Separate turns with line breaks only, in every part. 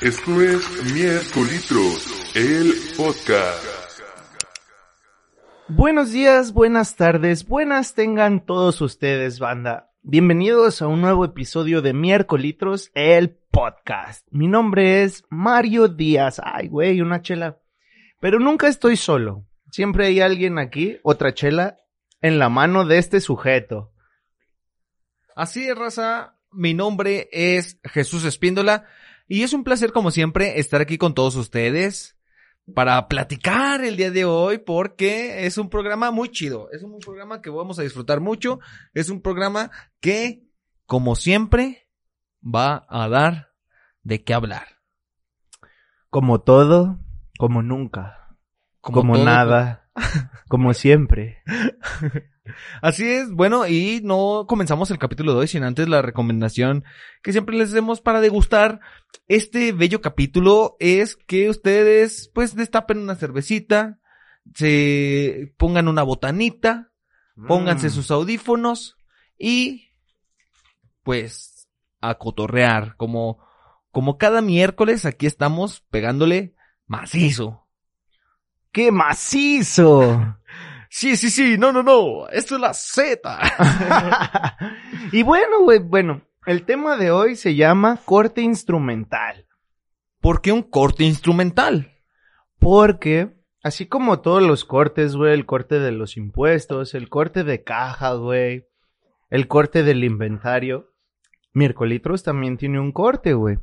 Esto es Miércolitros, el podcast.
Buenos días, buenas tardes, buenas tengan todos ustedes, banda. Bienvenidos a un nuevo episodio de Miércolitros, el podcast. Mi nombre es Mario Díaz. Ay, güey, una chela. Pero nunca estoy solo. Siempre hay alguien aquí, otra chela, en la mano de este sujeto.
Así es, raza. Mi nombre es Jesús Espíndola y es un placer, como siempre, estar aquí con todos ustedes para platicar el día de hoy porque es un programa muy chido. Es un programa que vamos a disfrutar mucho. Es un programa que, como siempre, va a dar de qué hablar.
Como todo, como nunca, como,
todo-
nada, como siempre.
Así es, bueno, y no comenzamos el capítulo de hoy sin antes la recomendación que siempre les hacemos para degustar este bello capítulo es que ustedes pues destapen una cervecita, se pongan una botanita, pónganse
Mm.
sus audífonos y pues a cotorrear, como como cada miércoles aquí estamos pegándole macizo.
¡Qué macizo!
Sí, sí, sí, no, no, no, esto es la Z.
y bueno, güey, bueno, el tema de hoy se llama corte instrumental.
¿Por qué un corte instrumental?
Porque, así como todos los cortes, güey, el corte de los impuestos, el corte de caja, güey, el corte del inventario, Miércolitros también tiene un corte, güey.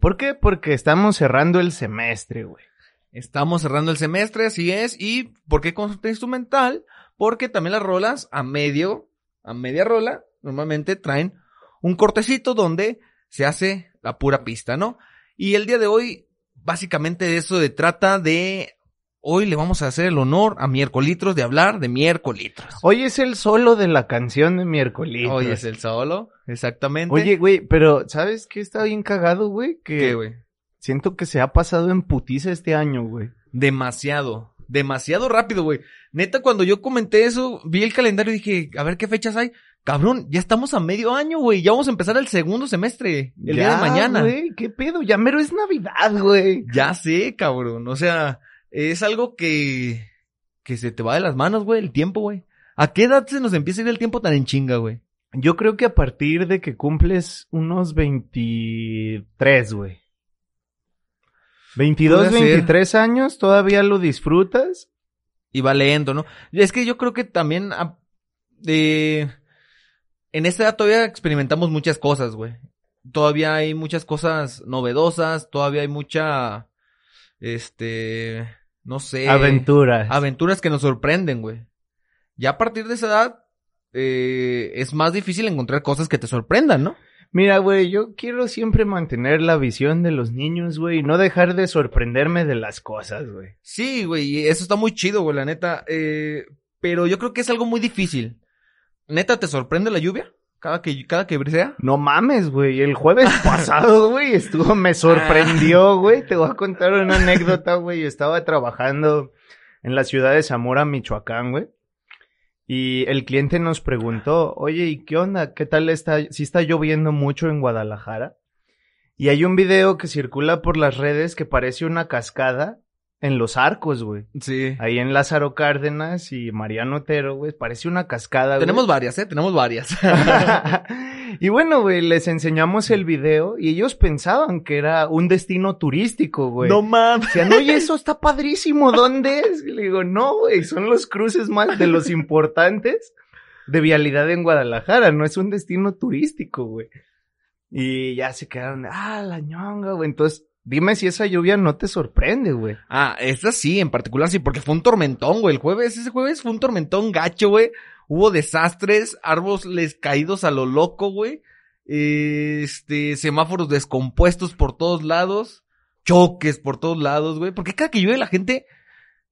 ¿Por qué? Porque estamos cerrando el semestre, güey.
Estamos cerrando el semestre, así es. ¿Y por qué con instrumental? Porque también las rolas a medio, a media rola, normalmente traen un cortecito donde se hace la pura pista, ¿no? Y el día de hoy, básicamente de eso se trata de... Hoy le vamos a hacer el honor a miércolitros de hablar de miércolitros.
Hoy es el solo de la canción de Miércolitros.
Hoy es el solo, exactamente.
Oye, güey, pero ¿sabes qué está bien cagado, güey? Que
¿qué, güey?
siento que se ha pasado en putiza este año, güey.
Demasiado, demasiado rápido, güey. Neta, cuando yo comenté eso, vi el calendario y dije, a ver qué fechas hay. Cabrón, ya estamos a medio año, güey. Ya vamos a empezar el segundo semestre, el día
Ya,
de mañana.
Güey, qué pedo, ya mero es Navidad, güey.
Ya sé, cabrón. O sea, es algo que, que se te va de las manos, güey, el tiempo, güey. ¿A qué edad se nos empieza a ir el tiempo tan en chinga, güey?
Yo creo que a partir de que cumples unos 23, güey. 22,
Puede ser.
23 años, todavía lo disfrutas.
Y va lento, ¿no? Y Es que yo creo que también a- de- en esta edad todavía experimentamos muchas cosas, güey. Todavía hay muchas cosas novedosas, todavía hay mucha este no
Eh,
sé,
aventuras.
aventuras que nos sorprenden, güey. Ya a partir de esa edad eh, es más difícil encontrar cosas que te sorprendan, ¿no?
Mira, güey, yo quiero siempre mantener la visión de los niños, güey, y no dejar de sorprenderme de las cosas, güey.
Sí, güey, y eso está muy chido, güey, la neta. Eh, pero yo creo que es algo muy difícil. ¿Neta te sorprende la lluvia? Cada que, cada que brisea.
No mames, güey, el jueves pasado, güey, estuvo, me sorprendió, güey. Te voy a contar una anécdota, güey. Yo estaba trabajando en la ciudad de Zamora, Michoacán, güey. Y el cliente nos preguntó, oye, ¿y qué onda? ¿Qué tal está? Si está lloviendo mucho en Guadalajara. Y hay un video que circula por las redes que parece una cascada en los arcos, güey.
Sí.
Ahí en Lázaro Cárdenas y Mariano Otero, güey. Parece una cascada, güey.
Tenemos varias, ¿eh? Tenemos varias.
y bueno, güey, les enseñamos el video y ellos pensaban que era un destino turístico, güey. No.
mames.
Decían, oye, eso está padrísimo, ¿dónde es? Y le digo, no, güey, son los cruces más de los importantes de vialidad en Guadalajara, no es un destino turístico, güey. Y ya se quedaron, ah, la ñonga, güey. Entonces, dime si esa lluvia no te sorprende, güey.
Ah, esta sí, en particular sí, porque fue un tormentón, güey. El jueves, ese jueves fue un tormentón gacho, güey. Hubo desastres, árboles caídos a lo loco, güey. este, semáforos descompuestos por todos lados, choques por todos lados, güey. Porque cada que llueve la gente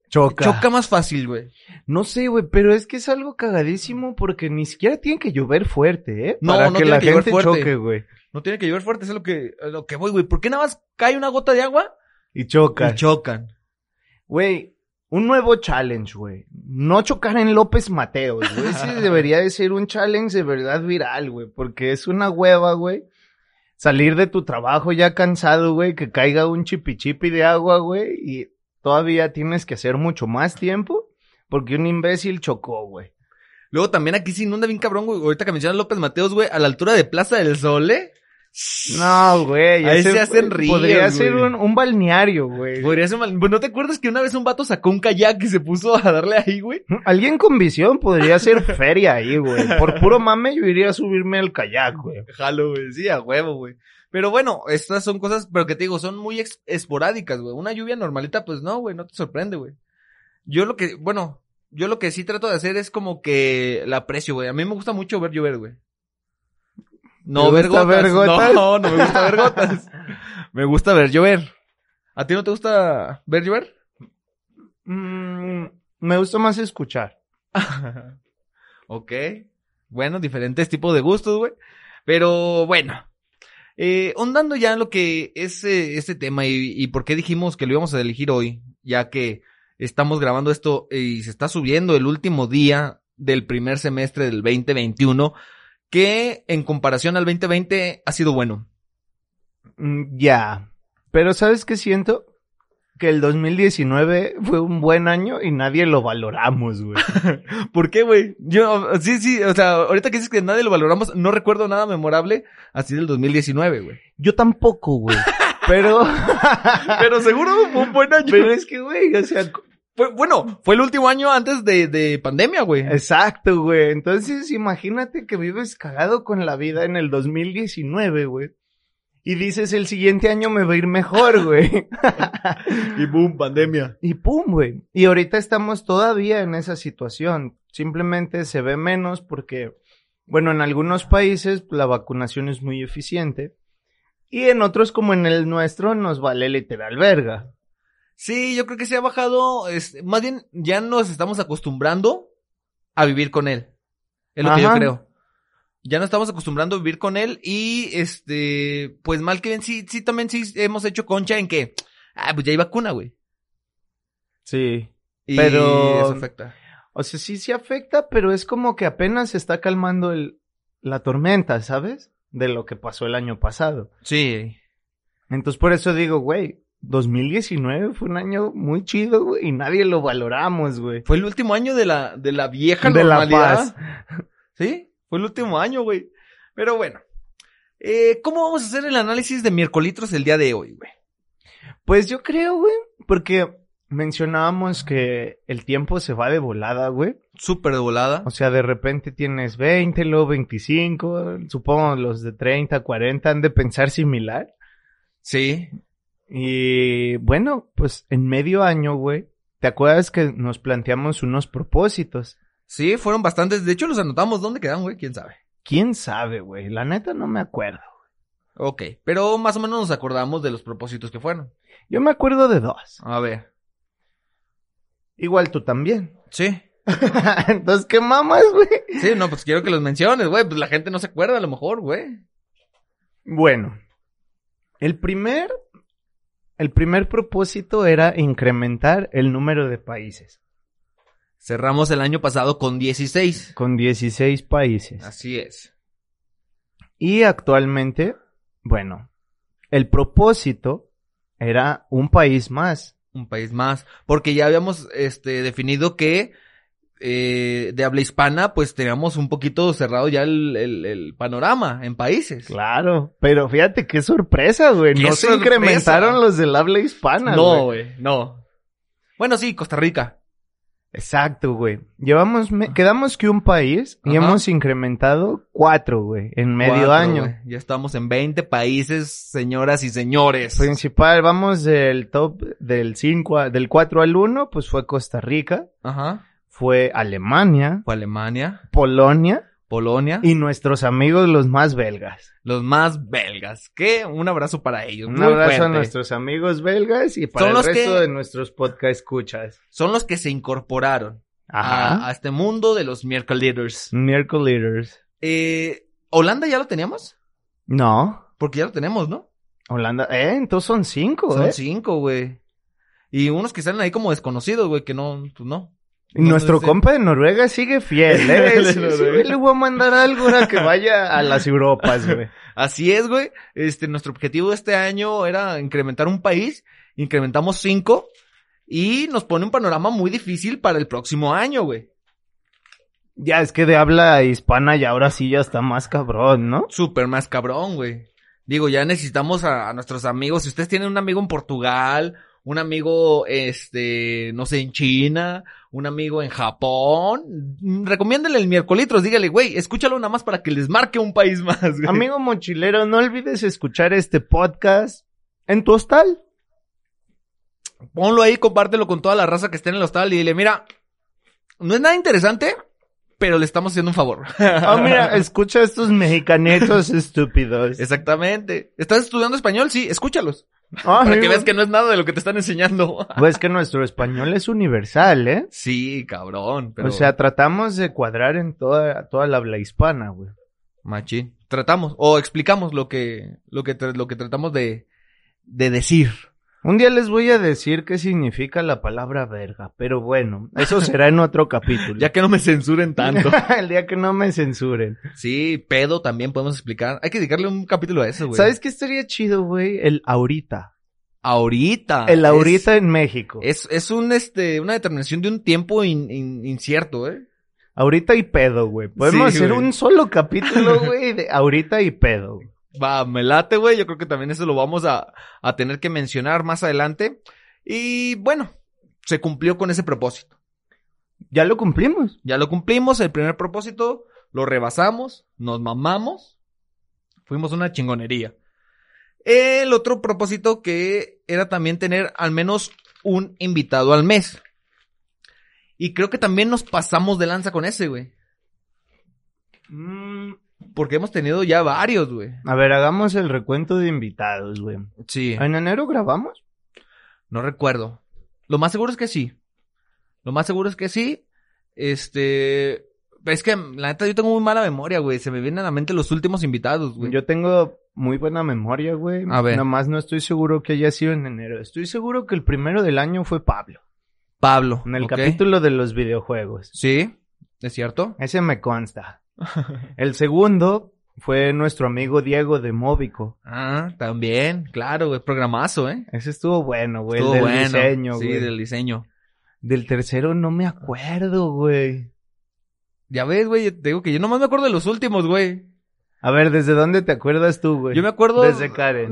Choca.
choca más fácil, güey.
No sé, güey, pero es que es algo cagadísimo porque ni siquiera tiene que llover fuerte, ¿eh?
No,
Para
no
que
tiene
la
que llover
gente
fuerte.
choque, güey.
No tiene que llover fuerte, eso es lo que, a lo que voy, güey. ¿Por qué nada más cae una gota de agua
Y choca.
y chocan?
Güey, un nuevo challenge, güey. No chocar en López Mateos, güey. Ese debería de ser un challenge de verdad viral, güey. Porque es una hueva, güey. Salir de tu trabajo ya cansado, güey. Que caiga un chipichipi de agua, güey. Y todavía tienes que hacer mucho más tiempo. Porque un imbécil chocó, güey.
Luego también aquí se inunda bien cabrón, güey. Ahorita que mencionas López Mateos, güey, a la altura de Plaza del Sol, ¿eh?
No, güey.
Ahí
ese
se hacen
fue-
ríos,
Podría
güey.
ser un, un balneario, güey.
Podría ser mal. ¿No te acuerdas que una vez un vato sacó un kayak y se puso a darle ahí, güey?
Alguien con visión podría hacer feria ahí, güey. Por puro mame yo iría a subirme al kayak, güey.
Jalo, güey. Sí, a huevo, güey. Pero bueno, estas son cosas, pero que te digo, son muy ex- esporádicas, güey. Una lluvia normalita, pues no, güey, no te sorprende, güey. Yo lo que, bueno, yo lo que sí trato de hacer es como que la aprecio, güey. A mí me gusta mucho ver llover, güey. No
¿Te
ver
gusta
gotas.
ver gotas?
No, no me gusta ver gotas. me gusta ver llover. ¿A ti no te gusta ver llover?
Mm, me gusta más escuchar.
ok. Bueno, diferentes tipos de gustos, güey. Pero bueno. Eh, ondando ya en lo que es eh, este tema y, y por qué dijimos que lo íbamos a elegir hoy, ya que estamos grabando esto eh, y se está subiendo el último día del primer semestre del 2021, que en comparación al 2020 ha sido bueno.
Mm, ya. Pero ¿sabes qué siento? Que el 2019 fue un buen año y nadie lo valoramos, güey.
¿Por qué, güey? Yo, sí, sí, o sea, ahorita que dices que nadie lo valoramos, no recuerdo nada memorable así del 2019, güey.
Yo tampoco, güey. Pero,
Pero seguro fue un buen año.
pero es que, güey, o sea,
Fue- bueno, fue el último año antes de, de pandemia, güey.
exacto, güey. Entonces, imagínate que vives cagado con la vida en el 2019, güey. Y dices, el siguiente año me va a ir mejor, güey.
Y boom, pandemia.
Y pum, güey. Y ahorita estamos todavía en esa situación. Simplemente se ve menos porque, bueno, en algunos países la vacunación es muy eficiente. Y en otros, como en el nuestro, nos vale literal verga.
Sí, yo creo que se ha bajado, este, más bien ya nos estamos acostumbrando a vivir con él. Es lo que yo
Ajá.
creo. Ya nos estamos acostumbrando a vivir con él y este, pues mal que bien, sí, sí, también sí hemos hecho concha en que, ah, pues ya hay vacuna, güey.
Sí.
Y
Pero-
eso afecta.
O sea, sí se afecta, pero es como que apenas se está calmando el, la tormenta, ¿sabes? De lo que pasó el año pasado.
Sí.
Entonces, por eso digo, güey, 2019 fue un año muy chido, güey, y nadie lo valoramos, güey.
Fue el último año de la, de la vieja
De la
normalidad. Sí, fue el último año, güey. Pero bueno. Eh, ¿Cómo vamos a hacer el análisis de miércolitros el día de hoy, güey?
Pues yo creo, güey, porque mencionábamos que el tiempo se va de volada, güey.
Súper de volada.
O sea, de repente tienes 20, luego 25, supongo los de 30, 40 han de pensar similar.
Sí.
Y bueno, pues en medio año, güey, ¿te acuerdas que nos planteamos unos propósitos?
Sí, fueron bastantes. De hecho, los anotamos. ¿Dónde quedan, güey? ¿Quién sabe?
¿Quién sabe, güey? La neta no me acuerdo.
Ok. Pero más o menos nos acordamos de los propósitos que fueron.
Yo me acuerdo de dos.
A ver.
Igual tú también.
Sí.
Entonces, ¿qué mamas, güey?
Sí, no, pues quiero que los menciones, güey. Pues la gente no se acuerda a lo mejor, güey.
Bueno, el primer, el primer propósito era incrementar el número de países,
Cerramos el año pasado con 16.
con 16 países.
Así es.
Y actualmente, bueno, el propósito era un país más.
Un país más. Porque ya habíamos este, definido que eh, de habla hispana, pues teníamos un poquito cerrado ya el, el- el panorama en países.
Claro, pero fíjate qué sorpresa, güey.
¡Qué
No se
sorpresa!
incrementaron los del habla hispana.
No,
güey.
güey, no. Bueno, sí, Costa Rica.
Exacto, güey. Llevamos, me- quedamos que un país y
Ajá.
hemos incrementado cuatro, güey, en medio
Cuatro,
año.
güey. Ya estamos en 20 países, señoras y señores.
Principal, vamos del top del 5, del 4 al 1, pues fue Costa Rica,
Ajá.
fue Alemania,
Fue Alemania,
Polonia
Polonia,
Y nuestros amigos los más belgas.
los más belgas. Que un abrazo para ellos.
Un
muy
abrazo a
fuerte.
nuestros amigos belgas y para
Son
el
los
resto
que-
de nuestros podcast escuchas.
Son los que se incorporaron a,
Ajá.
a este mundo de los miércoles.
Miracle Leaders.
Eh, ¿Holanda ya lo teníamos?
No.
Porque ya lo tenemos, ¿no?
Holanda. Eh, entonces son cinco,
Son
¿eh?
cinco, güey. Y unos que salen ahí como desconocidos, güey, que no, pues no.
Y Nuestro
Entonces,
compa de Noruega sigue fiel, ¿eh?
El de
Sí, sí,
Noruega.
le voy a mandar algo ahora que vaya a las Europas, güey.
Así es, güey. Este, nuestro objetivo de este año era incrementar un país. Incrementamos cinco. Y nos pone un panorama muy difícil para el próximo año, güey.
Ya, es que de habla hispana y ahora sí ya está más cabrón, ¿no?
Súper más cabrón, güey. Digo, ya necesitamos a, a nuestros amigos. Si ustedes tienen un amigo en Portugal, un amigo, este, no sé, en China, un amigo en Japón, mm, recomiéndele el miércoles, dígale, güey, escúchalo nada más para que les marque un país más, güey.
Amigo mochilero, no olvides escuchar este podcast en tu hostal.
Ponlo ahí, compártelo con toda la raza que esté en el hostal y dile, mira, no es nada interesante, pero le estamos haciendo un favor.
Ah, mira, escucha a estos mexicanetos estúpidos.
Exactamente. ¿Estás estudiando español? Sí, escúchalos.
Ah,
Para que
amigo.
veas que no es nada de lo que te están enseñando.
Pues que nuestro español es universal, ¿eh?
Sí, cabrón. Pero...
O sea, tratamos de cuadrar en toda, toda la habla hispana, güey.
Machín. Tratamos o explicamos lo que, lo que, tra- lo que tratamos de, de decir.
Un día les voy a decir qué significa la palabra verga, pero bueno, eso será en otro capítulo.
Ya que no me censuren tanto.
El día que no me censuren.
sí, pedo también podemos explicar. Hay que dedicarle un capítulo a eso, güey.
¿Sabes qué estaría chido, güey? El ahorita.
Ahorita.
el
Ah, Es-
ahorita en México.
Es, es un, este, una determinación de un tiempo in- in- incierto, ¿eh?
Ahorita y pedo, güey. Podemos
Sí,
hacer
güey.
un solo capítulo, güey, de ahorita y pedo. güey.
Va, me late, güey. Yo creo que también eso lo vamos a, a tener que mencionar más adelante. Y bueno, se cumplió con ese propósito.
Ya lo cumplimos.
Ya lo cumplimos, el primer propósito, lo rebasamos, nos mamamos, fuimos una chingonería. El otro propósito que era también tener al menos un invitado al mes. Y creo que también nos pasamos de lanza con ese, güey. Mm. Porque hemos tenido ya varios, güey.
A ver, hagamos el recuento de invitados, güey.
Sí.
¿En enero grabamos?
No recuerdo. Lo más seguro es que sí. Lo más seguro es que sí. Este. Es que, la neta, yo tengo muy mala memoria, güey. Se me vienen a la mente los últimos invitados, güey.
Yo tengo muy buena memoria, güey.
A ver.
Nomás no estoy seguro que haya sido en enero. Estoy seguro que el primero del año fue Pablo.
Pablo.
En el
¿ok?
capítulo de los videojuegos.
Sí, es cierto.
Ese me consta. El segundo fue nuestro amigo Diego de Móvico.
Ah, también. Claro, güey. Programazo, ¿eh?
Ese estuvo bueno, güey.
Estuvo
el del
bueno.
diseño,
Sí,
güey.
del diseño.
Del tercero no me acuerdo, güey.
Ya ves, güey. Te digo que yo nomás me acuerdo de los últimos, güey.
A ver, ¿desde dónde te acuerdas tú, güey?
Yo me acuerdo.
Desde Karen.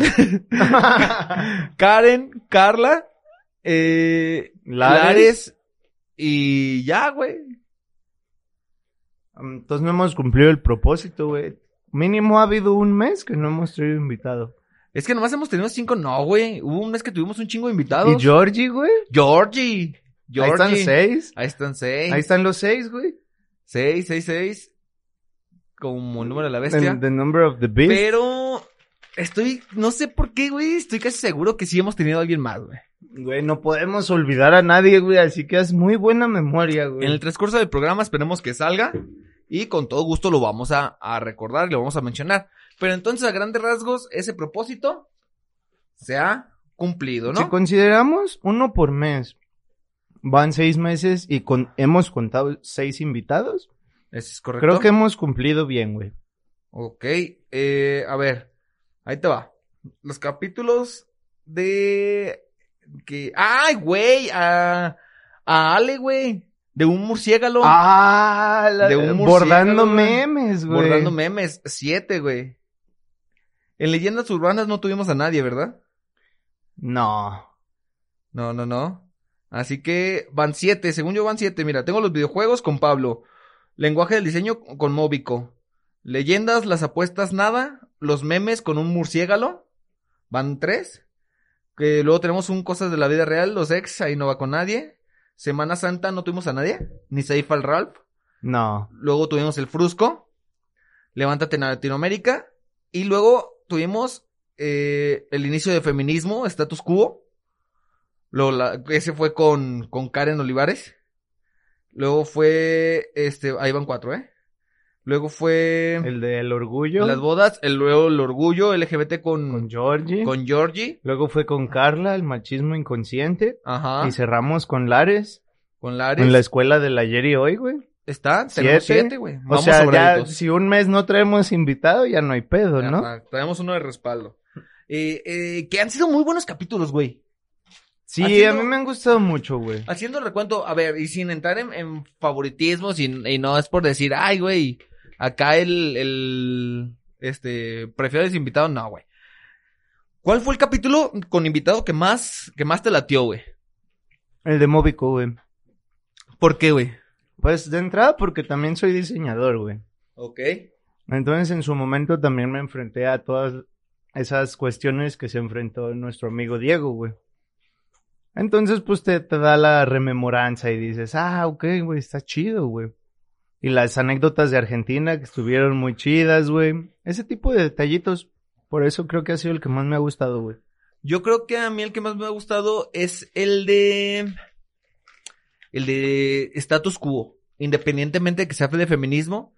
Karen, Carla, eh,
Lares.
Lares y ya, güey.
Mm, Entonces no hemos cumplido el propósito, güey. Mínimo ha habido un mes que no hemos traído invitado.
Es que nomás hemos tenido cinco, no, güey. Hubo un mes que tuvimos un chingo de invitados.
¿Y Georgie, güey?
Georgie. Georgie.
Ahí están seis.
Ahí están seis.
Ahí están los seis, güey.
Seis, seis, seis. Como el número de la bestia.
The, the number of the beast.
Pero estoy, no sé por qué, güey. Estoy casi seguro que sí hemos tenido a alguien más, güey.
Güey, no podemos olvidar a nadie, güey. Así que es muy buena memoria, güey.
En el transcurso del programa esperemos que salga. Y con todo gusto lo vamos a, a recordar y lo vamos a mencionar. Pero entonces, a grandes rasgos, ese propósito se ha cumplido, ¿no?
Si consideramos uno por mes, van seis meses y con, hemos contado seis invitados.
Es correcto.
Creo que hemos cumplido bien, güey.
Ok, eh, a ver, ahí te va. Los capítulos de que, ay, güey, a, a Ale, güey, de un murciélago,
Ah, la-
De un
bordando
murciélago, güey.
memes, güey.
bordando memes, siete, güey. En leyendas urbanas no tuvimos a nadie, ¿verdad?
No.
No, no, no. Así que van siete, según yo van siete. Mira, tengo los videojuegos con Pablo, lenguaje del diseño con Móbico, leyendas, las apuestas, nada, los memes con un murciélago, van tres. Que luego tenemos un cosas de la vida real, los ex, ahí no va con nadie. Semana Santa no tuvimos a nadie, ni Saif al Ralph.
No.
Luego tuvimos el Frusco, Levántate en Latinoamérica. Y luego tuvimos eh, el inicio de feminismo, status quo. Luego la- ese fue con, con Karen Olivares. Luego fue, este, ahí van cuatro, ¿eh? Luego fue
El del orgullo.
las bodas, el, luego el orgullo LGBT
Con
con,
Georgie.
con Georgie.
Luego fue con Carla, el machismo inconsciente.
Ajá.
Y cerramos con Lares.
Con Ah. Lares.
En la escuela del ayer y hoy, güey.
Está, tenemos
Siete.
siete, güey.
O
Vamos
sea, ya
sobraditos.
si un mes no traemos invitado, ya no hay pedo, ¿no?
Ajá, Traemos uno de respaldo. Eh, eh, que han sido muy buenos capítulos, güey.
Sí,
Haciendo-
a mí me han gustado mucho, güey.
Haciendo el recuento, a ver, y sin entrar en, en favoritismos y, y no es por decir, ay, güey, acá el, el, este, prefiero los invitados, no, güey. ¿Cuál fue el capítulo con invitado que más, que más te latió, güey?
El de Mobico, güey.
¿Por qué, güey?
Pues de entrada porque también soy diseñador, güey.
Ok.
Entonces en su momento también me enfrenté a todas esas cuestiones que se enfrentó nuestro amigo Diego, güey. Entonces pues te, te da la rememoranza y dices, ah, ok, güey, está chido, güey. Y las anécdotas de Argentina que estuvieron muy chidas, güey. Ese tipo de detallitos. Por eso creo que ha sido el que más me ha gustado, güey.
Yo creo que a mí el que más me ha gustado es el de. El de status quo. Independientemente de que sea de feminismo,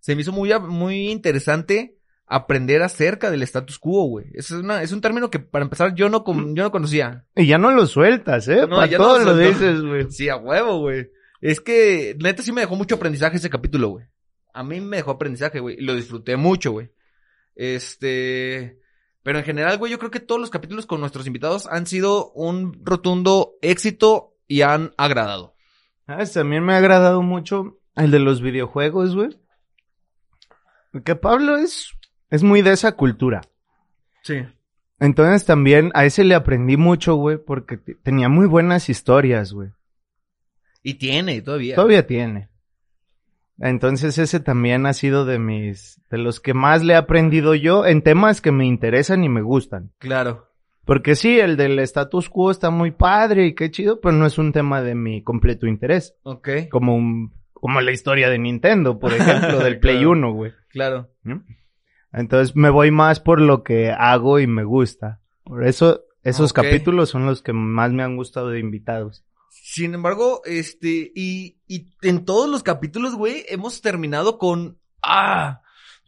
se me hizo muy, a- muy interesante aprender acerca del status quo, güey. Es, una- es un término que, para empezar, yo no, con- yo no conocía.
Y ya no lo sueltas, ¿eh?
No,
Para
ya no
todo
lo
lo
suelto.
dices, güey.
Sí, a huevo, güey. Es que, neta, sí me dejó mucho aprendizaje ese capítulo, güey. A mí me dejó aprendizaje, güey. Y lo disfruté mucho, güey. Este. Pero en general, güey, yo creo que todos los capítulos con nuestros invitados han sido un rotundo éxito y han agradado.
¿Sabes? También este, me ha agradado mucho el de los videojuegos, güey. Porque Pablo es, es muy de esa cultura.
Sí.
Entonces también a ese le aprendí mucho, güey, porque te- tenía muy buenas historias, güey.
Y tiene, todavía.
Todavía tiene. Entonces ese también ha sido de mis, de los que más le he aprendido yo en temas que me interesan y me gustan.
Claro.
Porque sí, el del status quo está muy padre y qué chido, pero no es un tema de mi completo interés.
Ok.
como un, como la historia de Nintendo, por ejemplo, del Play
Claro.
1, güey.
Claro.
Entonces me voy más por lo que hago y me gusta. Por eso esos
Ok.
capítulos son los que más me han gustado de invitados.
Sin embargo, este, y, y en todos los capítulos, güey, hemos terminado con, ah,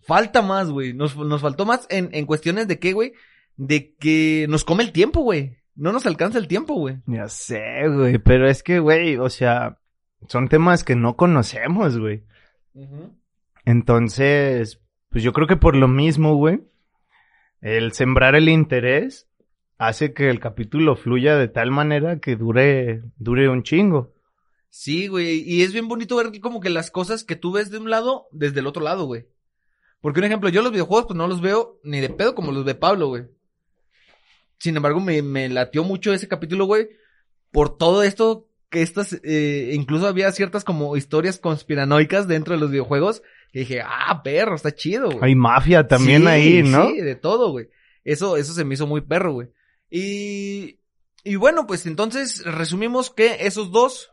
falta más, güey. Nos, nos faltó más en, en cuestiones de qué, güey, de que nos come el tiempo, güey. No nos alcanza el tiempo, güey.
Ya sé, güey, pero es que, güey, o sea, son temas que no conocemos, güey. Entonces, pues yo creo que por lo mismo, güey, el sembrar el interés hace que el capítulo fluya de tal manera que dure, dure un chingo.
Sí, güey, y es bien bonito ver como que las cosas que tú ves de un lado, desde el otro lado, güey. Porque, un ejemplo, yo los videojuegos, pues no los veo ni de pedo como los de Pablo, güey. Sin embargo, me, me latió mucho ese capítulo, güey, por todo esto, que estas, eh, incluso había ciertas como historias conspiranoicas dentro de los videojuegos, que dije, ah, perro, está chido, güey.
Hay mafia también
Sí,
ahí, ¿no?
Sí, de todo, güey. Eso, eso se me hizo muy perro, güey. Y, y bueno, pues entonces resumimos que esos dos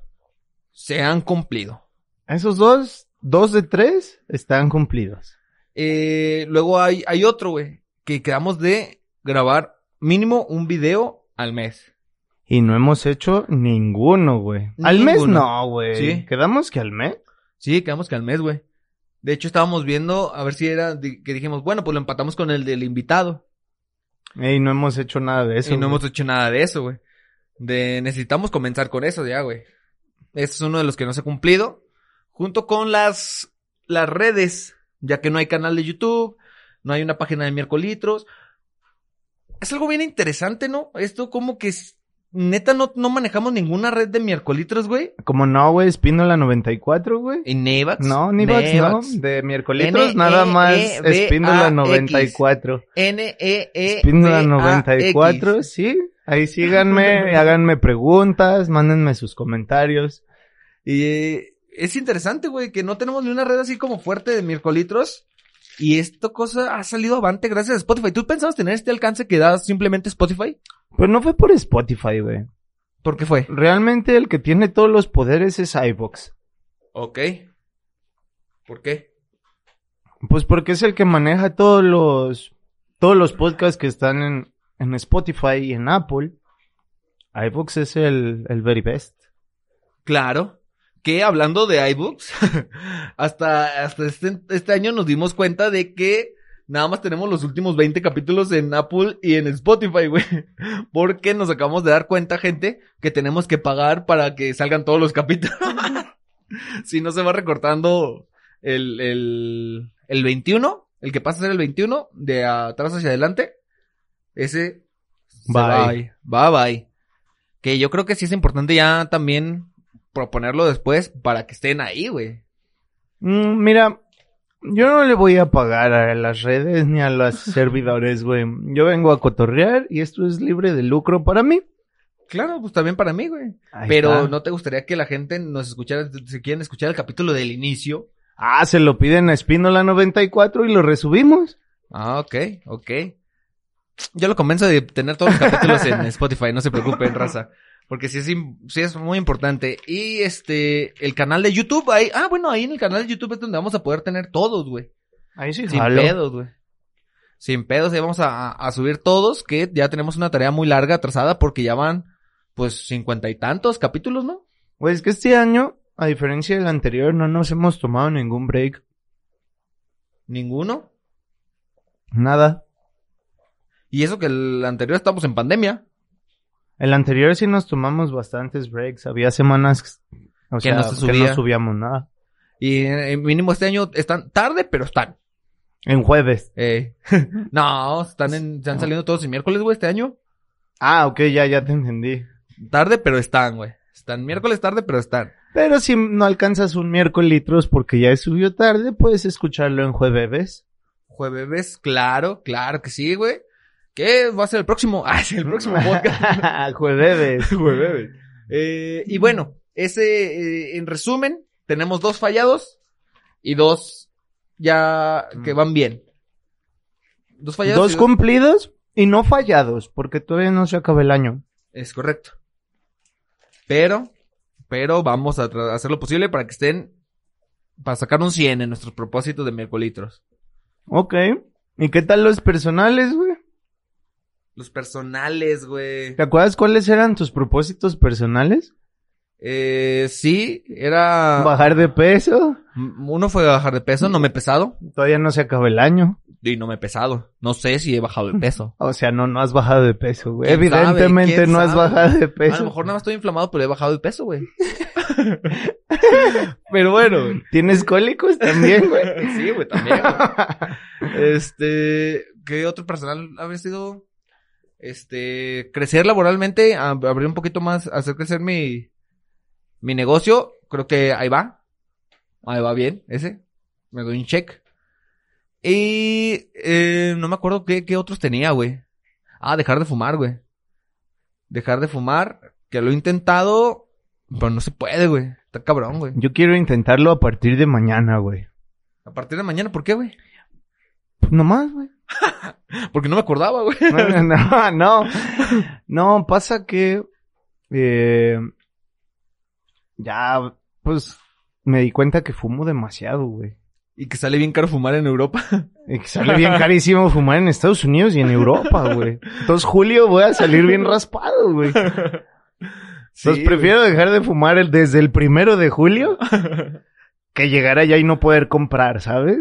se han cumplido.
Esos dos, dos de tres, están cumplidos.
Eh, luego hay, hay otro, güey, que quedamos de grabar mínimo un video al mes.
Y no hemos hecho ninguno, güey. Al mes
Ninguno.
no, güey.
Sí.
Quedamos que al mes.
Sí, quedamos que al mes, güey. De hecho, estábamos viendo a ver si era di- que dijimos, bueno, pues lo empatamos con el del invitado.
Y no hemos hecho nada de eso.
y no
güey.
hemos hecho nada de eso, güey. De necesitamos comenzar con eso ya, güey. Este es uno de los que no se ha cumplido. Junto con las, las redes, ya que no hay canal de YouTube, no hay una página de miércolitros. Es algo bien interesante, ¿no? Esto como que es- neta no, no manejamos ninguna red de miércolitros, güey.
Como no, güey, Espínola 94, güey.
Y Nevax.
No, ni Vox, no.
Nevax,
De miércolitros
N,
nada
E,
más
E, B, A,
Espíndola
X.
94.
N E E
Espíndola
B, A, X.
94, sí. Ahí síganme, háganme preguntas, mándenme sus comentarios.
Y eh, es interesante, güey, que no tenemos ni una red así como fuerte de miércolitros. Y esta cosa ha salido avante gracias a Spotify. ¿Tú pensabas tener este alcance que da simplemente Spotify?
Pero Pues no fue por Spotify, güey.
¿Por qué fue?
Realmente el que tiene todos los poderes es iVox.
Ok. ¿Por qué?
Pues porque es el que maneja todos los, todos los podcasts que están en, en Spotify y en Apple. iVoox es el, el very best.
Claro. Que hablando de iBooks, hasta, hasta este, este año nos dimos cuenta de que nada más tenemos los últimos 20 capítulos en Apple y en Spotify, güey. Porque nos acabamos de dar cuenta, gente, que tenemos que pagar para que salgan todos los capítulos. si no se va recortando el, el, el 21, el que pasa a ser el 21, de atrás hacia adelante. Ese. se va
Bye.
ahí. Bye bye. Que yo creo que sí es importante ya también proponerlo después para que estén ahí, güey.
Mm, mira, yo no le voy a pagar a las redes ni a los servidores, güey. Yo vengo a cotorrear y esto es libre de lucro para mí.
Claro, pues también para mí, güey.
Ahí
Pero
está.
no te gustaría que la gente nos escuchara, si quieren escuchar el capítulo del inicio.
Ah, se lo piden a Espínola 94 y lo resubimos.
Ah, ok, ok. Yo lo convenzo de tener todos los capítulos en Spotify, no se preocupen, raza. Porque sí es, im- sí es muy importante. Y este, el canal de YouTube, ahí, ah, bueno, ahí en el canal de YouTube es donde vamos a poder tener todos, güey.
Ahí sí,
Sin
jalo.
pedos, güey. Sin pedos, ahí vamos a, a subir todos, que ya tenemos una tarea muy larga atrasada porque ya van, pues, cincuenta y tantos capítulos, ¿no?
Pues es que este año, a diferencia del anterior, no nos hemos tomado ningún break.
Ninguno.
Nada.
Y eso que el anterior estamos en pandemia.
El anterior sí nos tomamos bastantes breaks. Había semanas o
Que
sea,
no se
que
subía.
no subíamos nada.
Y eh, mínimo este año están tarde, pero están.
En jueves.
Eh, no, están, en, están saliendo todos el miércoles, güey, este año.
Ah, ok, ya, ya te entendí.
Tarde, pero están, güey. Están miércoles tarde, pero están.
Pero si no alcanzas un miércoles porque ya subió tarde, puedes escucharlo en jueves.
Jueves, claro, claro que sí, güey. ¿Qué va a ser el próximo? Ah, es el próximo podcast.
jueves.
Jueves. Eh, y bueno, ese, eh, en resumen, tenemos dos fallados y dos ya que van bien. Dos fallados.
Dos
y
cumplidos y no fallados, porque todavía no se acaba el año.
Es correcto. Pero, pero vamos a tra- hacer lo posible para que estén, para sacar un 100 en nuestros propósitos de miércolitros.
Ok. ¿Y qué tal los personales, güey?
Los personales, güey.
¿Te acuerdas cuáles eran tus propósitos personales?
Eh, sí, era...
Bajar de peso.
M- Uno fue bajar de peso, no me he pesado.
Todavía no se acaba el año.
Y no me he pesado. No sé si he bajado de peso.
O sea, no, no has bajado de peso, güey.
¿Quién sabe?
Evidentemente
¿Quién
no has
sabe?
bajado de peso.
A lo mejor nada más estoy inflamado, pero he bajado de peso, güey. pero bueno, güey.
¿Tienes cólicos también, güey?
Sí, güey, también. güey. Este, ¿qué otro personal había sido? Este, crecer laboralmente, a- abrir un poquito más, hacer crecer mi, mi negocio. Creo que ahí va. Ahí va bien, ese. Me doy un check. Y, eh, no me acuerdo qué, qué otros tenía, güey. Ah, dejar de fumar, güey. Dejar de fumar, que lo he intentado, pero no se puede, güey. Está cabrón, güey.
Yo quiero intentarlo a partir de mañana, güey.
A partir de mañana, ¿por qué, güey?
Nomás, güey.
Porque no me acordaba, güey.
No, no, no. No, pasa que. eh, ya, pues. Me di cuenta que fumo demasiado, güey.
Y que sale bien caro fumar en Europa.
Y que sale bien carísimo fumar en Estados Unidos y en Europa, güey. Entonces, Julio, voy a salir bien raspado, güey. Entonces, prefiero dejar de fumar el- desde el primero de julio que llegar allá y no poder comprar, ¿sabes?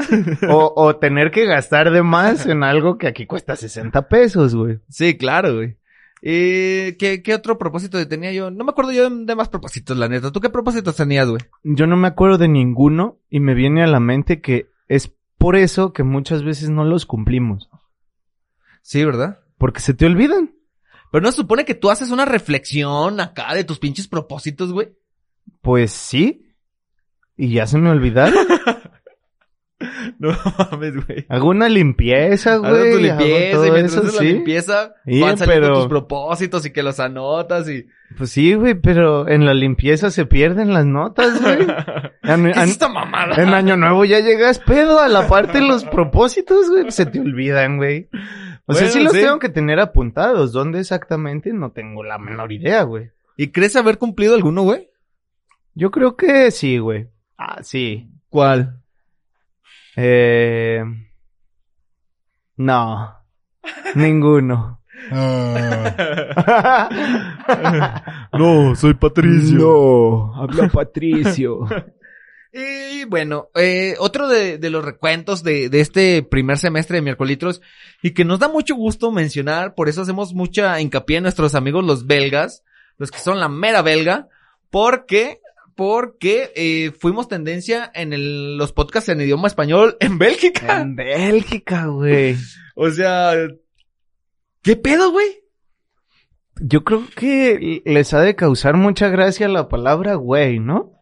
O, o tener que gastar de más en algo que aquí cuesta 60 pesos, güey.
Sí, claro, güey. Eh, ¿qué, ¿Qué otro propósito tenía yo? No me acuerdo yo de, de más propósitos, la neta. ¿Tú qué propósitos tenías, güey?
Yo no me acuerdo de ninguno y me viene a la mente que es por eso que muchas veces no los cumplimos.
Sí, ¿verdad?
Porque se te olvidan.
Pero no se supone que tú haces una reflexión acá de tus pinches propósitos, güey.
Pues sí. Y ya se me olvidaron.
No mames, güey.
Hago una limpieza, güey.
Haces tu
hago
limpieza
todo
y mientras
eso,
haces la
sí.
limpieza
Sí,
van saliendo
pero-
tus propósitos y que los anotas y...
Pues sí, güey, pero en la limpieza se pierden las notas, güey. En,
¿Qué es
en-
esta mamada?
en Año Nuevo ya llegas pedo a la parte de los propósitos, güey. Se te olvidan, güey. O sea,
Bueno,
sí los
sí.
tengo que tener apuntados. ¿Dónde exactamente? No tengo la menor idea, güey.
¿Y crees haber cumplido alguno, güey?
Yo creo que sí, güey. Ah, sí.
¿Cuál?
Eh, no, ninguno.
Ah. No, soy
No, habla Patricio.
Y bueno, eh, otro de, de los recuentos de, de este primer semestre de miércolitros y que nos da mucho gusto mencionar, por eso hacemos mucha hincapié en nuestros amigos los belgas, los que son la mera belga, porque, porque eh, fuimos tendencia en el- los podcasts en idioma español en Bélgica.
en Bélgica, güey.
O sea, ¿qué pedo, güey?
Yo creo que les ha de causar mucha gracia la palabra güey, ¿no?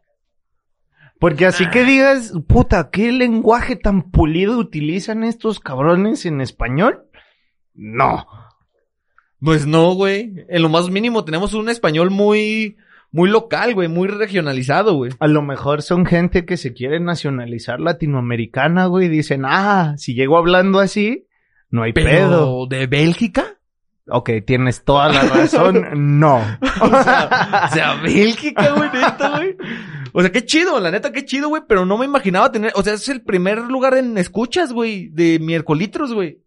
Porque así que digas, puta, ¿qué lenguaje tan pulido utilizan estos cabrones en español? No.
Pues no, güey. En lo más mínimo tenemos un español muy, muy local, güey, muy regionalizado, güey.
A lo mejor son gente que se quiere nacionalizar latinoamericana, güey, y dicen, ah, si llego hablando así, no hay pedo.
Pero de Bélgica.
Ok, tienes toda la razón, no.
O sea, o sea, Bélgica, güey, neta, güey. O sea, qué chido, la neta, qué chido, güey, pero no me imaginaba tener, o sea, es el primer lugar en escuchas, güey, de miércolitros, güey.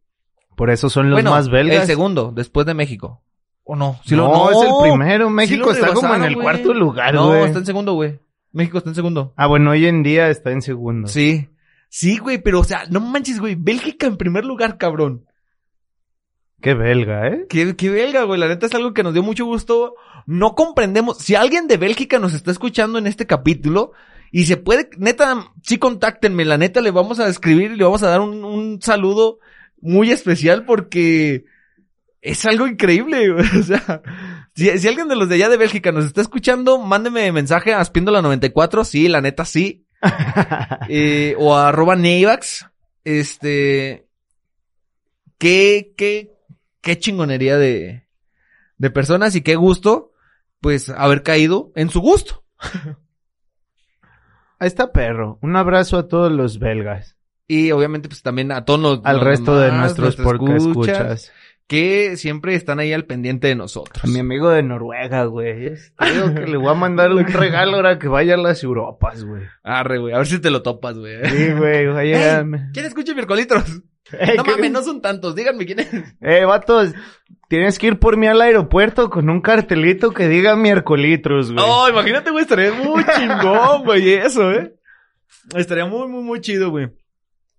Por eso son los
Bueno,
más
el
belgas.
segundo, después de México. ¿O no? Sí
no,
lo-
es el primero.
Sí
México
lo
está como en
rebasaron,
el
güey.
cuarto lugar,
No,
güey.
está en segundo, güey. México está en segundo.
Ah, bueno, hoy en día está en segundo.
Sí. Sí, güey, pero o sea, no manches, güey, Bélgica en primer lugar, cabrón.
Qué belga, ¿eh?
Qué, qué belga, güey. La neta es algo que nos dio mucho gusto. No comprendemos. Si alguien de Bélgica nos está escuchando en este capítulo y se puede, neta, sí contáctenme. La neta le vamos a escribir y le vamos a dar un, un saludo muy especial porque es algo increíble. güey. O sea, si, si alguien de los de allá de Bélgica nos está escuchando, mándeme mensaje a Spindola94. Sí, la neta sí. Eh, o a arroba Neivax. Este. ¿Qué, qué, qué chingonería de, de personas y qué gusto, pues, haber caído en su gusto.
Ahí está perro. Un abrazo a todos los belgas.
Y obviamente, pues también a todos los-
Al
los
resto de
demás,
nuestros
nuestras
porque
escuchas,
escuchas.
Que siempre están ahí al pendiente de nosotros.
A mi amigo de Noruega, güey. es- Creo que le voy a mandar un regalo ahora que vaya a las Europas, güey.
Arre, güey, a ver si te lo topas, güey.
Sí, güey, vaya.
¿Quién escucha miércolitros?
Eh,
No
¿qué-
mames, no son tantos. Díganme quién es.
Eh, vatos, tienes que ir por mí al aeropuerto con un cartelito que diga miércolitros, güey.
Oh, imagínate, güey, estaría muy chingón, güey, eso, ¿eh? Estaría muy, muy, muy chido, güey.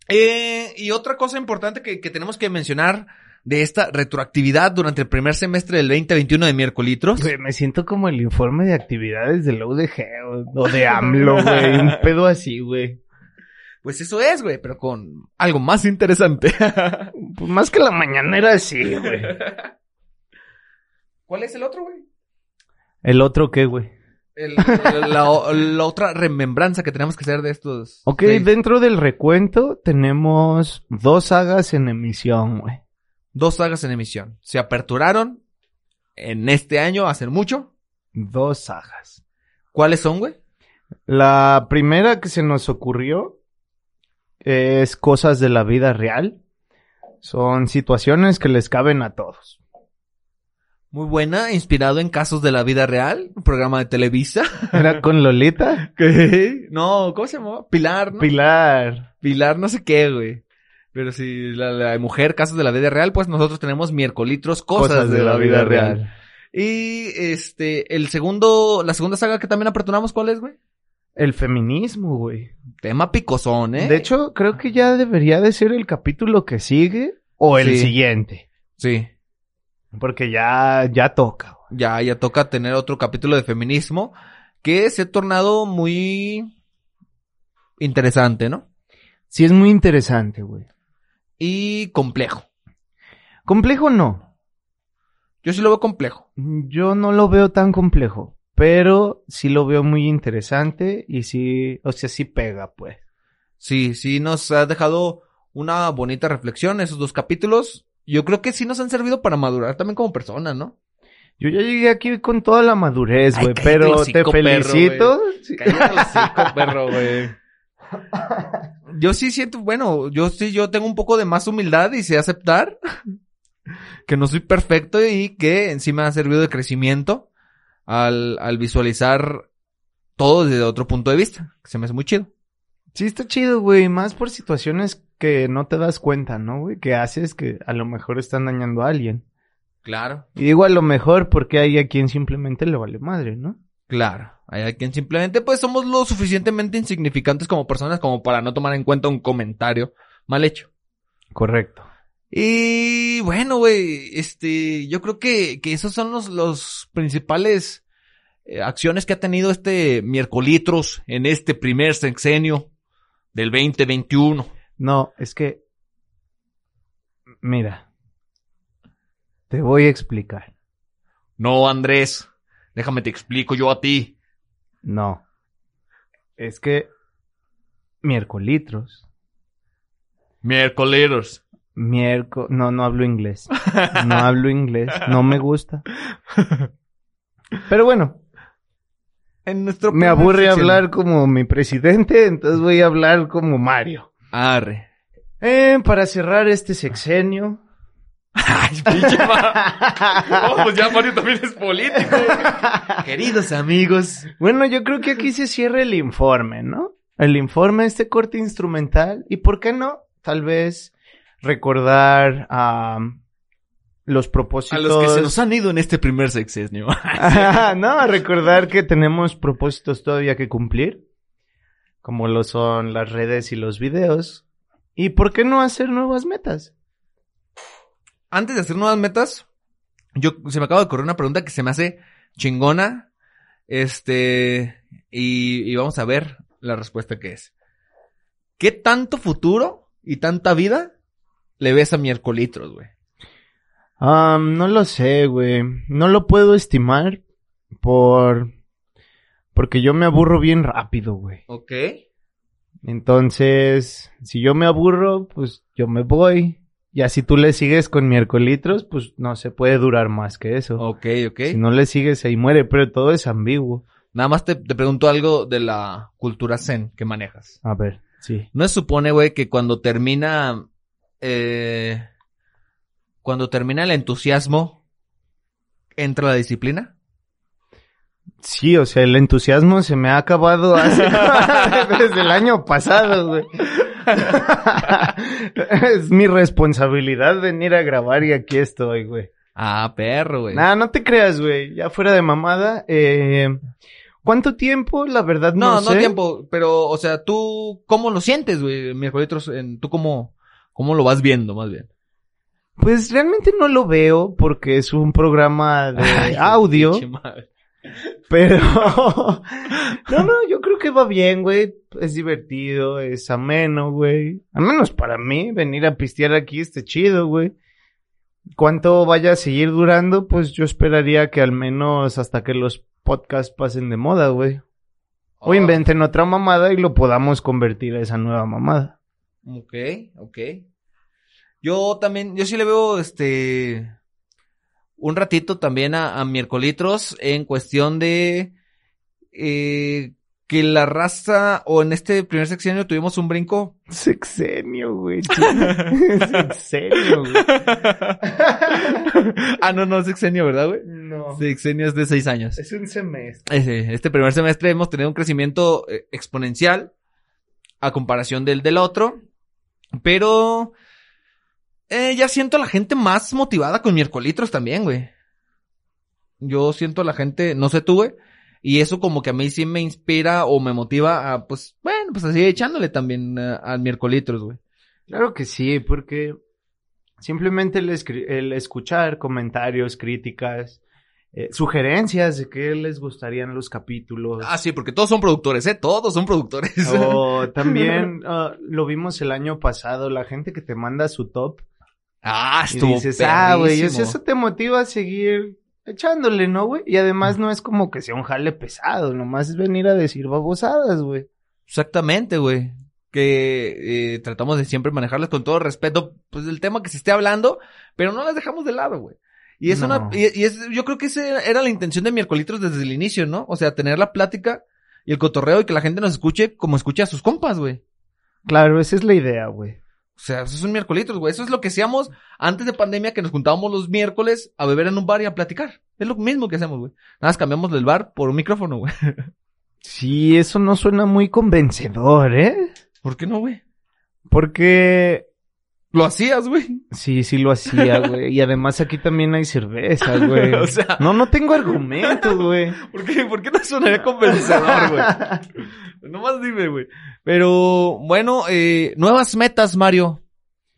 Eh, y otra cosa importante que, que tenemos que mencionar de esta retroactividad durante el primer semestre del 2021 de miércolitros.
Güey, me siento como el informe de actividades del UDG o o de AMLO, güey. Un pedo así, güey.
Pues eso es, güey, pero con algo más interesante.
Pues más que la mañanera, sí, güey.
¿Cuál es el otro, güey?
¿El otro qué, güey?
El- la, la otra remembranza que tenemos que hacer de estos.
Ok,
seis.
dentro del recuento tenemos dos sagas en emisión, güey.
Dos sagas en emisión. Se aperturaron en este año, hace mucho.
Dos sagas.
¿Cuáles son, güey?
La primera que se nos ocurrió es cosas de la vida real. Son situaciones que les caben a todos.
Muy buena, inspirado en casos de la vida real, un programa de Televisa.
Era con Lolita.
¿Qué? No, ¿cómo se llamaba? Pilar, ¿no?
Pilar.
Pilar no sé qué, güey. Pero si la, la mujer, casos de la vida real, pues nosotros tenemos miércolitros, cosas, de, la, vida, real. Y este, el segundo, la segunda saga que también aperturamos, ¿cuál es, güey?
El feminismo, güey.
Tema picosón, ¿eh?
De hecho, creo que ya debería de ser el capítulo que sigue o el
Sí.
siguiente.
Sí.
Porque ya, ya toca. güey.
Ya, ya toca tener otro capítulo de feminismo que se ha tornado muy interesante, ¿no?
Sí, es muy interesante, güey.
Y complejo.
Complejo no.
Yo sí lo veo complejo.
Mm, Yo no lo veo tan complejo, pero sí lo veo muy interesante y sí, o sea, sí pega, pues.
Sí, sí nos ha dejado una bonita reflexión esos dos capítulos. Yo creo que sí nos han servido para madurar también como personas, ¿no?
Yo ya llegué aquí con toda la madurez,
Ay,
güey,
cállate el
pero
hocico,
te
perro, güey.
felicito. Sí.
Cállate el hocico, perro, güey. Yo sí siento, bueno, yo sí, yo tengo un poco de más humildad y sé aceptar que no soy perfecto y que encima ha servido de crecimiento al, al visualizar todo desde otro punto de vista, que se me hace muy chido.
Sí, está chido, güey. Más por situaciones que no te das cuenta, ¿no, güey? Que haces que a lo mejor están dañando a alguien.
Claro.
Y digo a lo mejor porque hay a quien simplemente le vale madre, ¿no?
Claro. Hay quien simplemente, pues, somos lo suficientemente insignificantes como personas como para no tomar en cuenta un comentario mal hecho.
Correcto.
Y bueno, güey, este, yo creo que, que esos son los, los principales eh, acciones que ha tenido este miércolitros en este primer sexenio del 2021.
No, es que... Mira. Te voy a explicar.
No, Andrés, déjame te explico yo a ti.
No. Es que... Miércolitros.
Miércolitros.
Miércoles. No, no hablo inglés. No hablo inglés. No me gusta. Pero bueno,
En nuestro
me
primer
aburre
sexenio.
hablar como mi presidente, entonces voy a hablar como Mario.
Arre.
Eh, para cerrar este sexenio.
Ay, pinche ma- No, pues ya Mario también es político. Queridos amigos.
Bueno, yo creo que aquí se cierra el informe, ¿no? El informe, este corte instrumental. ¿Y por qué no? Tal vez recordar a los propósitos.
A los que se nos han ido en este primer sexenio.
no, recordar que tenemos propósitos todavía que cumplir, como lo son las redes y los videos. ¿Y por qué no hacer nuevas metas?
Antes de hacer nuevas metas, yo se me acaba de ocurrir una pregunta que se me hace chingona. Este, y, y vamos a ver la respuesta que es. ¿Qué tanto futuro y tanta vida le ves a miércolitros, güey?
Ah, no lo sé, güey. No lo puedo estimar por... Porque yo me aburro bien rápido, güey.
Ok.
Entonces, si yo me aburro, pues yo me voy. Y así tú le sigues con miércolitros, pues no se puede durar más que eso.
Ok, ok.
Si no le sigues, ahí muere, pero todo es ambiguo.
Nada más te, te pregunto algo de la cultura zen que manejas.
A ver, sí.
¿No se supone, güey, que cuando termina... eh, cuando termina el entusiasmo, entra la disciplina?
Sí, o sea, el entusiasmo se me ha acabado hace desde el año pasado, güey. es mi responsabilidad venir a grabar y aquí estoy, güey.
Ah, perro, güey.
Nah, no te creas, güey. Ya fuera de mamada, eh, ¿cuánto tiempo? La verdad no,
no, no,
sé.
tiempo, pero, o sea, tú, ¿cómo lo sientes, güey? Miércoles, en- tú cómo, cómo lo vas viendo, más bien.
Pues realmente no lo veo porque es un programa de audio.
Pinche madre.
Pero. no, no, yo creo que va bien, güey. Es divertido, es ameno, güey. Al menos para mí, venir a pistear aquí está chido, güey. ¿Cuánto vaya a seguir durando? Pues yo esperaría que al menos hasta que los podcasts pasen de moda, güey. O
Ah.
inventen otra mamada y lo podamos convertir a esa nueva mamada.
Ok, ok. Yo también, yo sí le veo este un ratito también a, a miércolitros en cuestión de eh, que la raza o en este primer sexenio tuvimos un brinco.
Sexenio, güey. Sexenio, güey.
ah, no, no, sexenio, ¿verdad, güey?
No.
Sexenio es de seis años.
Es un semestre.
Ese- Este primer semestre hemos tenido un crecimiento eh, exponencial a comparación del del otro, pero eh, ya siento a la gente más motivada con miércolitros también, güey. Yo siento a la gente, no sé tú, güey, y eso como que a mí sí me inspira o me motiva a, pues, bueno, pues así echándole también eh, al miércolitros, güey.
Claro que sí, porque simplemente el, escri- el escuchar comentarios, críticas, eh, sugerencias de qué les gustarían los capítulos.
Ah, sí, porque todos son productores, ¿eh? Todos son productores.
O también ah, lo vimos el año pasado, la gente que te manda su top
ah,
y
estuvo
dices, ah, güey, eso,
perrísimo.
eso te motiva a seguir echándole, ¿no, güey? Y
Mm.
además no es como que sea un jale pesado, nomás es venir a decir babosadas, güey.
Exactamente, güey. Que eh, tratamos de siempre manejarlas con todo respeto, pues del tema que se esté hablando, pero no las dejamos de lado, güey. Y es
No.
una, y, y es, yo creo que esa era la intención de miércoles desde el inicio, ¿no? O sea, tener la plática y el cotorreo y que la gente nos escuche como escucha a sus compas, güey.
Claro, esa es la idea, güey.
O sea, eso es un miércoles, güey. Eso es lo que hacíamos antes de pandemia, que nos juntábamos los miércoles a beber en un bar y a platicar. Es lo mismo que hacemos, güey. Nada más cambiamos del bar por un micrófono, güey.
Sí, eso no suena muy convencedor, ¿eh?
¿Por qué no, güey?
Porque
Lo hacías, güey.
sí, sí lo hacía, güey. Y además aquí también hay cerveza, güey.
O sea-
No, no tengo argumento, güey.
¿Por qué, ¿Por qué no sonaría convencedor, güey? Nomás dime, güey. Pero, bueno, eh, nuevas metas, Mario,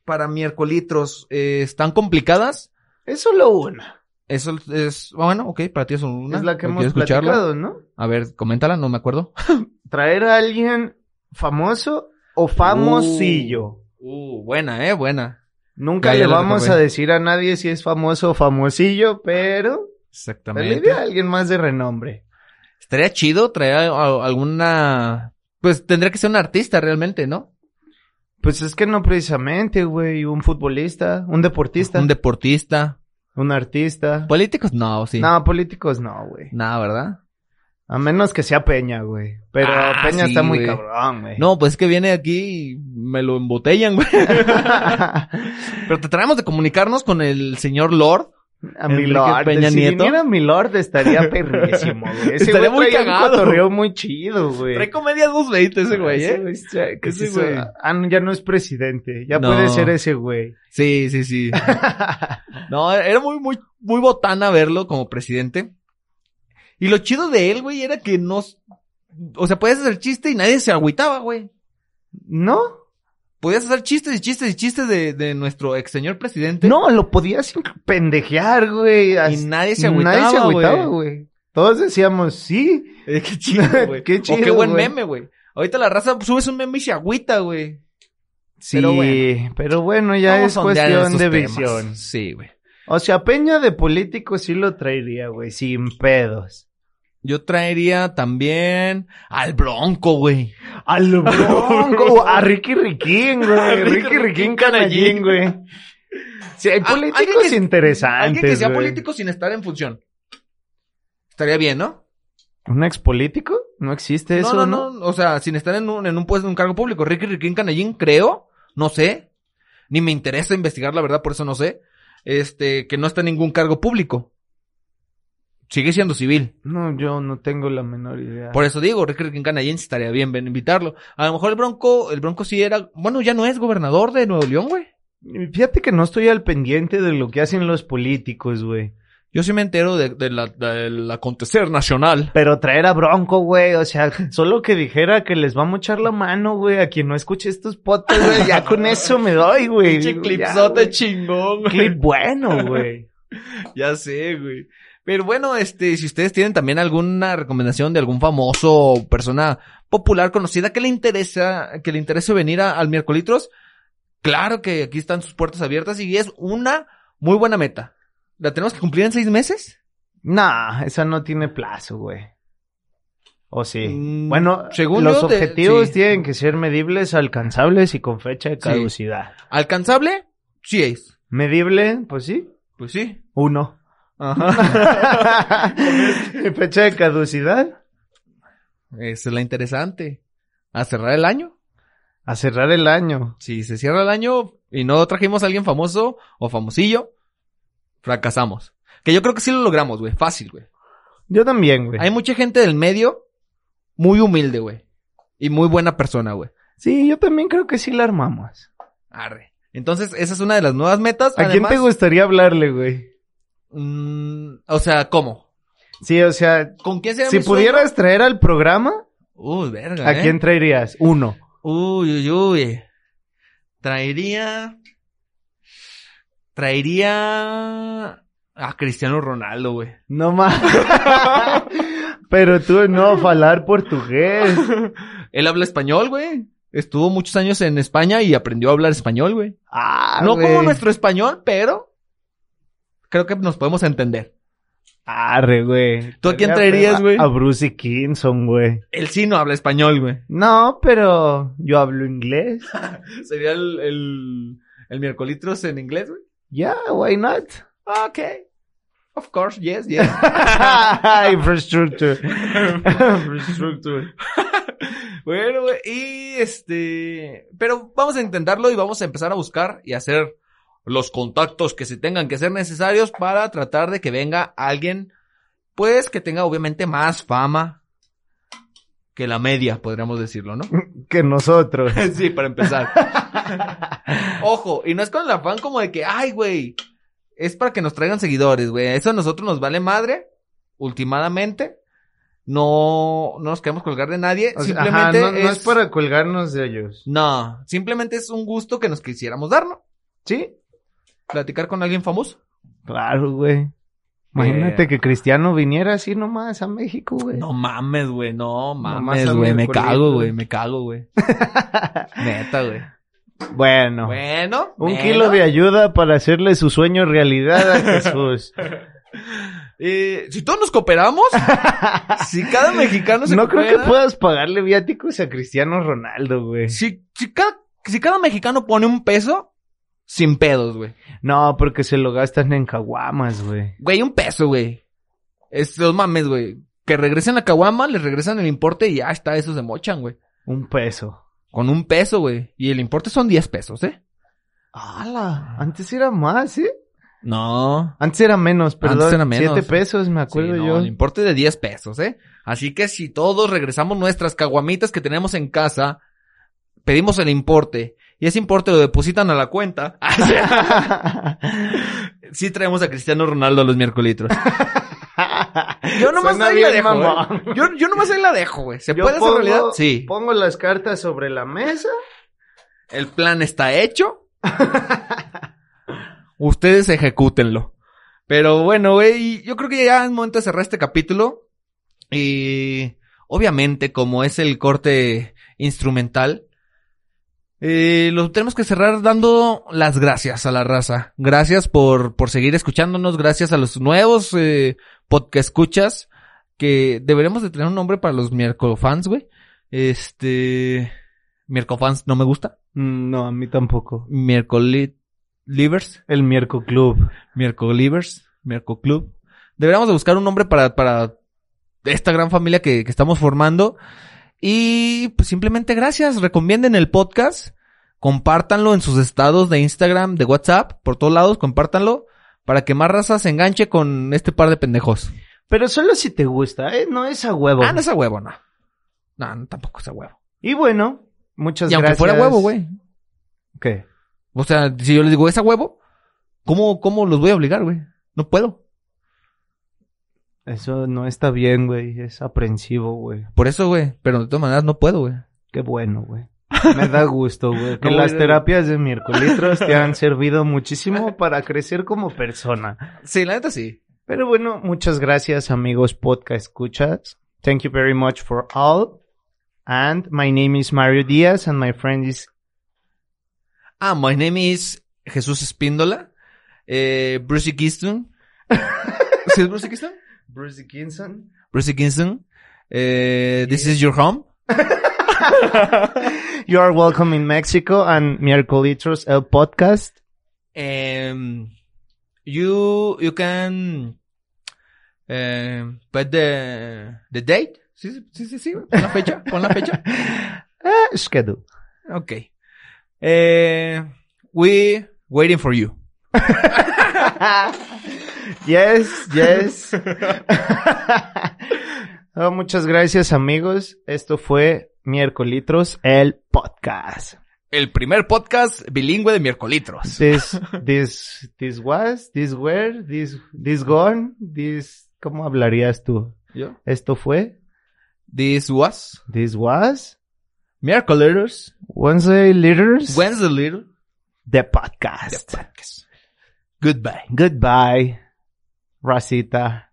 para miércolitros. Eh, ¿Están complicadas?
Es solo una.
Eso es, bueno, ok, para ti es una.
Es la que
Ah, ¿O
hemos
quieres escucharla?
platicado, ¿no?
A ver, coméntala, no me acuerdo.
Traer a alguien famoso o famosillo.
Uh, buena, eh, buena.
Nunca
Ya, ya
le
la
vamos
recordé.
a decir a nadie si es famoso o famosillo, pero pero la idea
Exactamente.
de alguien más de renombre.
Estaría chido traer a- a- alguna... Pues tendría que ser un artista realmente, ¿no?
Pues es que no precisamente, güey, un futbolista, un deportista,
Un
un,
deportista.
artista.
Políticos, no, sí.
No, políticos no, güey.
Nada, ¿verdad?
A menos que sea Peña, güey. Pero
Ah,
Peña
sí,
está muy
güey.
cabrón, güey.
No, pues es que viene aquí y me lo embotellan, güey. Pero trataremos de comunicarnos con el señor Lord.
a mi
Enrique
Lord.
Peña
si
Nieto.
viniera mi Lord estaría perrísimo, güey. Ese
Estaría
güey
muy
traía un
cagado.
cotorreo muy chido, güey.
Trae comedia 220 ese güey,
Ese
¿eh?
está- que
Ese
sí se-
güey.
Ah, no, ya no es presidente. Ya
No.
puede ser ese güey.
Sí, sí, sí. No, era muy, muy, muy botana verlo como presidente. Y lo chido de él, güey, era que no... O sea, podías hacer chiste y nadie se agüitaba, güey.
¿No?
Podías hacer chistes y chistes y chistes de, de nuestro ex señor presidente.
No, lo podías inc- pendejear, güey.
Y
as-
nadie se agüitaba,
nadie se agüitaba,
güey.
güey. Todos decíamos, sí.
Eh, qué chido, güey.
Qué
O qué
chido,
buen
güey.
meme, güey. Ahorita la raza subes un meme y se agüita, güey.
Sí,
Pero
pero
bueno.
bueno, ya
Vamos
es
a ondear
cuestión
esos
de
temas.
visión.
Sí, güey.
O sea, Peña de político sí lo traería, güey, sin pedos.
Yo traería también al Bronco, güey.
Al Bronco, a Ricky Riquín,
A
güey.
Ricky
Ricky
Riquín
Riquín Canallín, güey. Sí, hay
Ah, alguien
políticos
que-
interesantes,
Alguien que sea
güey.
político sin estar en función. Estaría bien, ¿no?
¿Un expolítico? No existe eso,
no,
¿no?
no, no. O sea, sin estar en un, en un puesto, en un cargo público. Ricky Riquín Canallín, creo. No sé. Ni me interesa investigar, la verdad, por eso no sé. Este, que no está en ningún cargo público. Sigue siendo civil.
No, yo no tengo la menor idea.
Por eso digo, Ricky Rincón Canallín estaría bien, ven, invitarlo. A lo mejor el Bronco, el Bronco sí era, bueno, ya no es gobernador de Nuevo León, güey.
Fíjate que no estoy al pendiente de lo que hacen los políticos, güey.
Yo sí me entero de, de la- del acontecer nacional.
Pero traer a Bronco, güey, o sea, solo que dijera que les va a mochar la mano, güey, a quien no escuche estos podcasts, güey, ya con eso me doy, güey.
Pinche
Digo,
clipsote
ya, güey.
chingón, güey.
Clip bueno, güey.
Ya sé, güey. Pero bueno, este, si ustedes tienen también alguna recomendación de algún famoso o persona popular conocida que le interesa, que le interese venir a- al miércolitros, claro que aquí están sus puertas abiertas y es una muy buena meta. ¿La tenemos que cumplir en seis meses?
Nah, esa no tiene plazo, güey. O sí.
Mm,
Bueno,
según
los
yo, te-
objetivos
sí.
tienen que ser medibles, alcanzables y con fecha de
Sí.
caducidad.
¿Alcanzable? Sí es.
Medible, pues sí,
Pues sí.
uno.
Ajá.
fecha de caducidad,
Esa es la interesante. ¿A cerrar el año?
a cerrar el año.
Si se cierra el año y no trajimos a alguien famoso o famosillo, fracasamos. Que yo creo que sí lo logramos, güey. Fácil, güey.
Yo también, güey.
Hay mucha gente del medio muy humilde, güey. Y muy buena persona, güey.
Sí, yo también creo que sí la armamos.
Arre. Entonces, esa es una de las nuevas metas.
¿A quién
Además,
te gustaría hablarle, güey?
mm, o sea, ¿cómo?
Sí, o sea,
¿Con quién sería
si
mi sueño?
pudieras traer al programa,
Uy, verga,
¿a
¿eh?
quién traerías? Uno.
Uy, uy, uy. Traería. Traería. A Cristiano Ronaldo, güey.
No más. Pero tú no falar portugués.
Él habla español, güey. Estuvo muchos años en España y aprendió a hablar español, güey.
Ah,
no como
güey.
nuestro español, pero. Creo que nos podemos entender.
Arre, güey.
¿Tú a quién
Traería
traerías,
a-
güey?
A Bruce Dickinson, güey.
Él sí no habla español, güey.
No, pero yo hablo inglés.
Sería el. El, el miércolitros en inglés, güey.
Yeah, why not?
Ok. Of course, yes, yes.
Infrastructure. Infrastructure.
Bueno, güey, y este, pero vamos a intentarlo y vamos a empezar a buscar y hacer los contactos que se tengan que ser necesarios para tratar de que venga alguien, pues que tenga obviamente más fama que la media, podríamos decirlo, ¿no?
Que nosotros.
sí, para empezar. Ojo, y no es con el afán como de que, ay, güey, es para que nos traigan seguidores, güey. Eso a nosotros nos vale madre, ultimadamente. No, no nos queremos colgar de nadie.
O sea, ajá,
simplemente
no, no
es...
es para colgarnos de ellos.
No, simplemente es un gusto que nos quisiéramos dar, ¿no?
¿Sí?
Platicar con alguien famoso.
Claro, güey. Eh. Imagínate que Cristiano viniera así nomás a México, güey.
No mames, güey, no mames,
al
güey. Me
miércoles,
cago,
güey.
güey, me cago, güey. Neta, güey.
Bueno.
Bueno.
Un
bueno.
kilo de ayuda para hacerle su sueño realidad a Jesús.
Eh, si todos nos cooperamos, si cada mexicano se
no creo
coopera,
que puedas pagarle viáticos a Cristiano Ronaldo, güey.
Si, si cada, si cada mexicano pone un peso, sin pedos, güey.
No, porque se lo gastan en caguamas, güey.
Güey, un peso, güey. Estos mames, güey. Que regresen a Caguama, les regresan el importe y ya está, esos se mochan, güey.
Un peso.
Con un peso, güey. Y el importe son 10 pesos, ¿eh?
¡Hala! Antes era más, ¿eh?
No.
Antes era menos, perdón.
Antes era menos.
Siete pesos, me acuerdo
Sí, no,
yo.
El importe de 10 pesos, ¿eh? Así que si todos regresamos nuestras caguamitas que tenemos en casa, pedimos el importe. Y ese importe lo depositan a la cuenta. sí traemos a Cristiano Ronaldo a los miércoles. Yo nomás
Suena
ahí la
bien,
dejo,
mamón.
güey. Yo, yo nomás ahí la dejo, güey. ¿eh? ¿Se
Yo
puede hacer
pongo-
realidad? Sí.
Pongo las cartas sobre la mesa.
El plan está hecho. Ustedes ejecútenlo. Pero bueno, güey, yo creo que ya es momento de cerrar este capítulo. Y obviamente, como es el corte instrumental, eh, lo tenemos que cerrar dando las gracias a la raza. Gracias por, por seguir escuchándonos, gracias a los nuevos eh, podcast escuchas, que deberíamos de tener un nombre para los miércolofans, güey. Este... Miércolofans no me gusta.
Mm, No, a mí tampoco.
Miércoles Livers,
El Mierco Club.
Miércoles Livers, Miércoles Club. Deberíamos de buscar un nombre para, para esta gran familia que, que estamos formando. Y pues simplemente gracias, recomienden el podcast, compártanlo en sus estados de Instagram, de WhatsApp, por todos lados, compártanlo para que más raza se enganche con este par de pendejos.
Pero solo si te gusta, ¿eh? No es a huevo.
Ah, no es a huevo, no. No, no, tampoco es a huevo.
Y bueno, muchas
y aunque
gracias.
fuera huevo, güey.
¿Qué?
O sea, si yo les digo, es a huevo, ¿cómo, cómo los voy a obligar, güey? No puedo.
Eso no está bien, güey. Es aprensivo, güey.
Por eso, güey. Pero de todas maneras no puedo, güey.
Qué bueno, güey. Me da gusto, güey. Que
No,
las
güey.
terapias de miércoles te han servido muchísimo para crecer como persona.
Sí, la neta sí.
Pero bueno, muchas gracias, amigos podcast escuchas. Thank you very much for all. And my name is Mario Díaz and my friend is
Ah, my name is Jesús Espíndola. Eh, Brucey Kingston. ¿Sí es Brucey Kingston?
Bruce Dickinson.
Brucey Kingston. Eh, this is your home.
You are welcome in Mexico and miércoles el podcast.
Um, you, you can, um, put the, the date. Sí, sí, sí, sí. Pon la fecha, pon la fecha.
Ah, schedule.
Ok. Eh, we waiting for you.
Yes, yes. Oh, muchas gracias, amigos. Esto fue Miércolitros, el podcast.
El primer podcast bilingüe de miércolitros.
This, this, this was, this were, this, this gone, this, ¿cómo hablarías tú?
Yo.
Esto fue,
This was
this was,
miércoles
Wednesday Liters,
Wednesday Little
the podcast.
Goodbye.
Goodbye, Racita.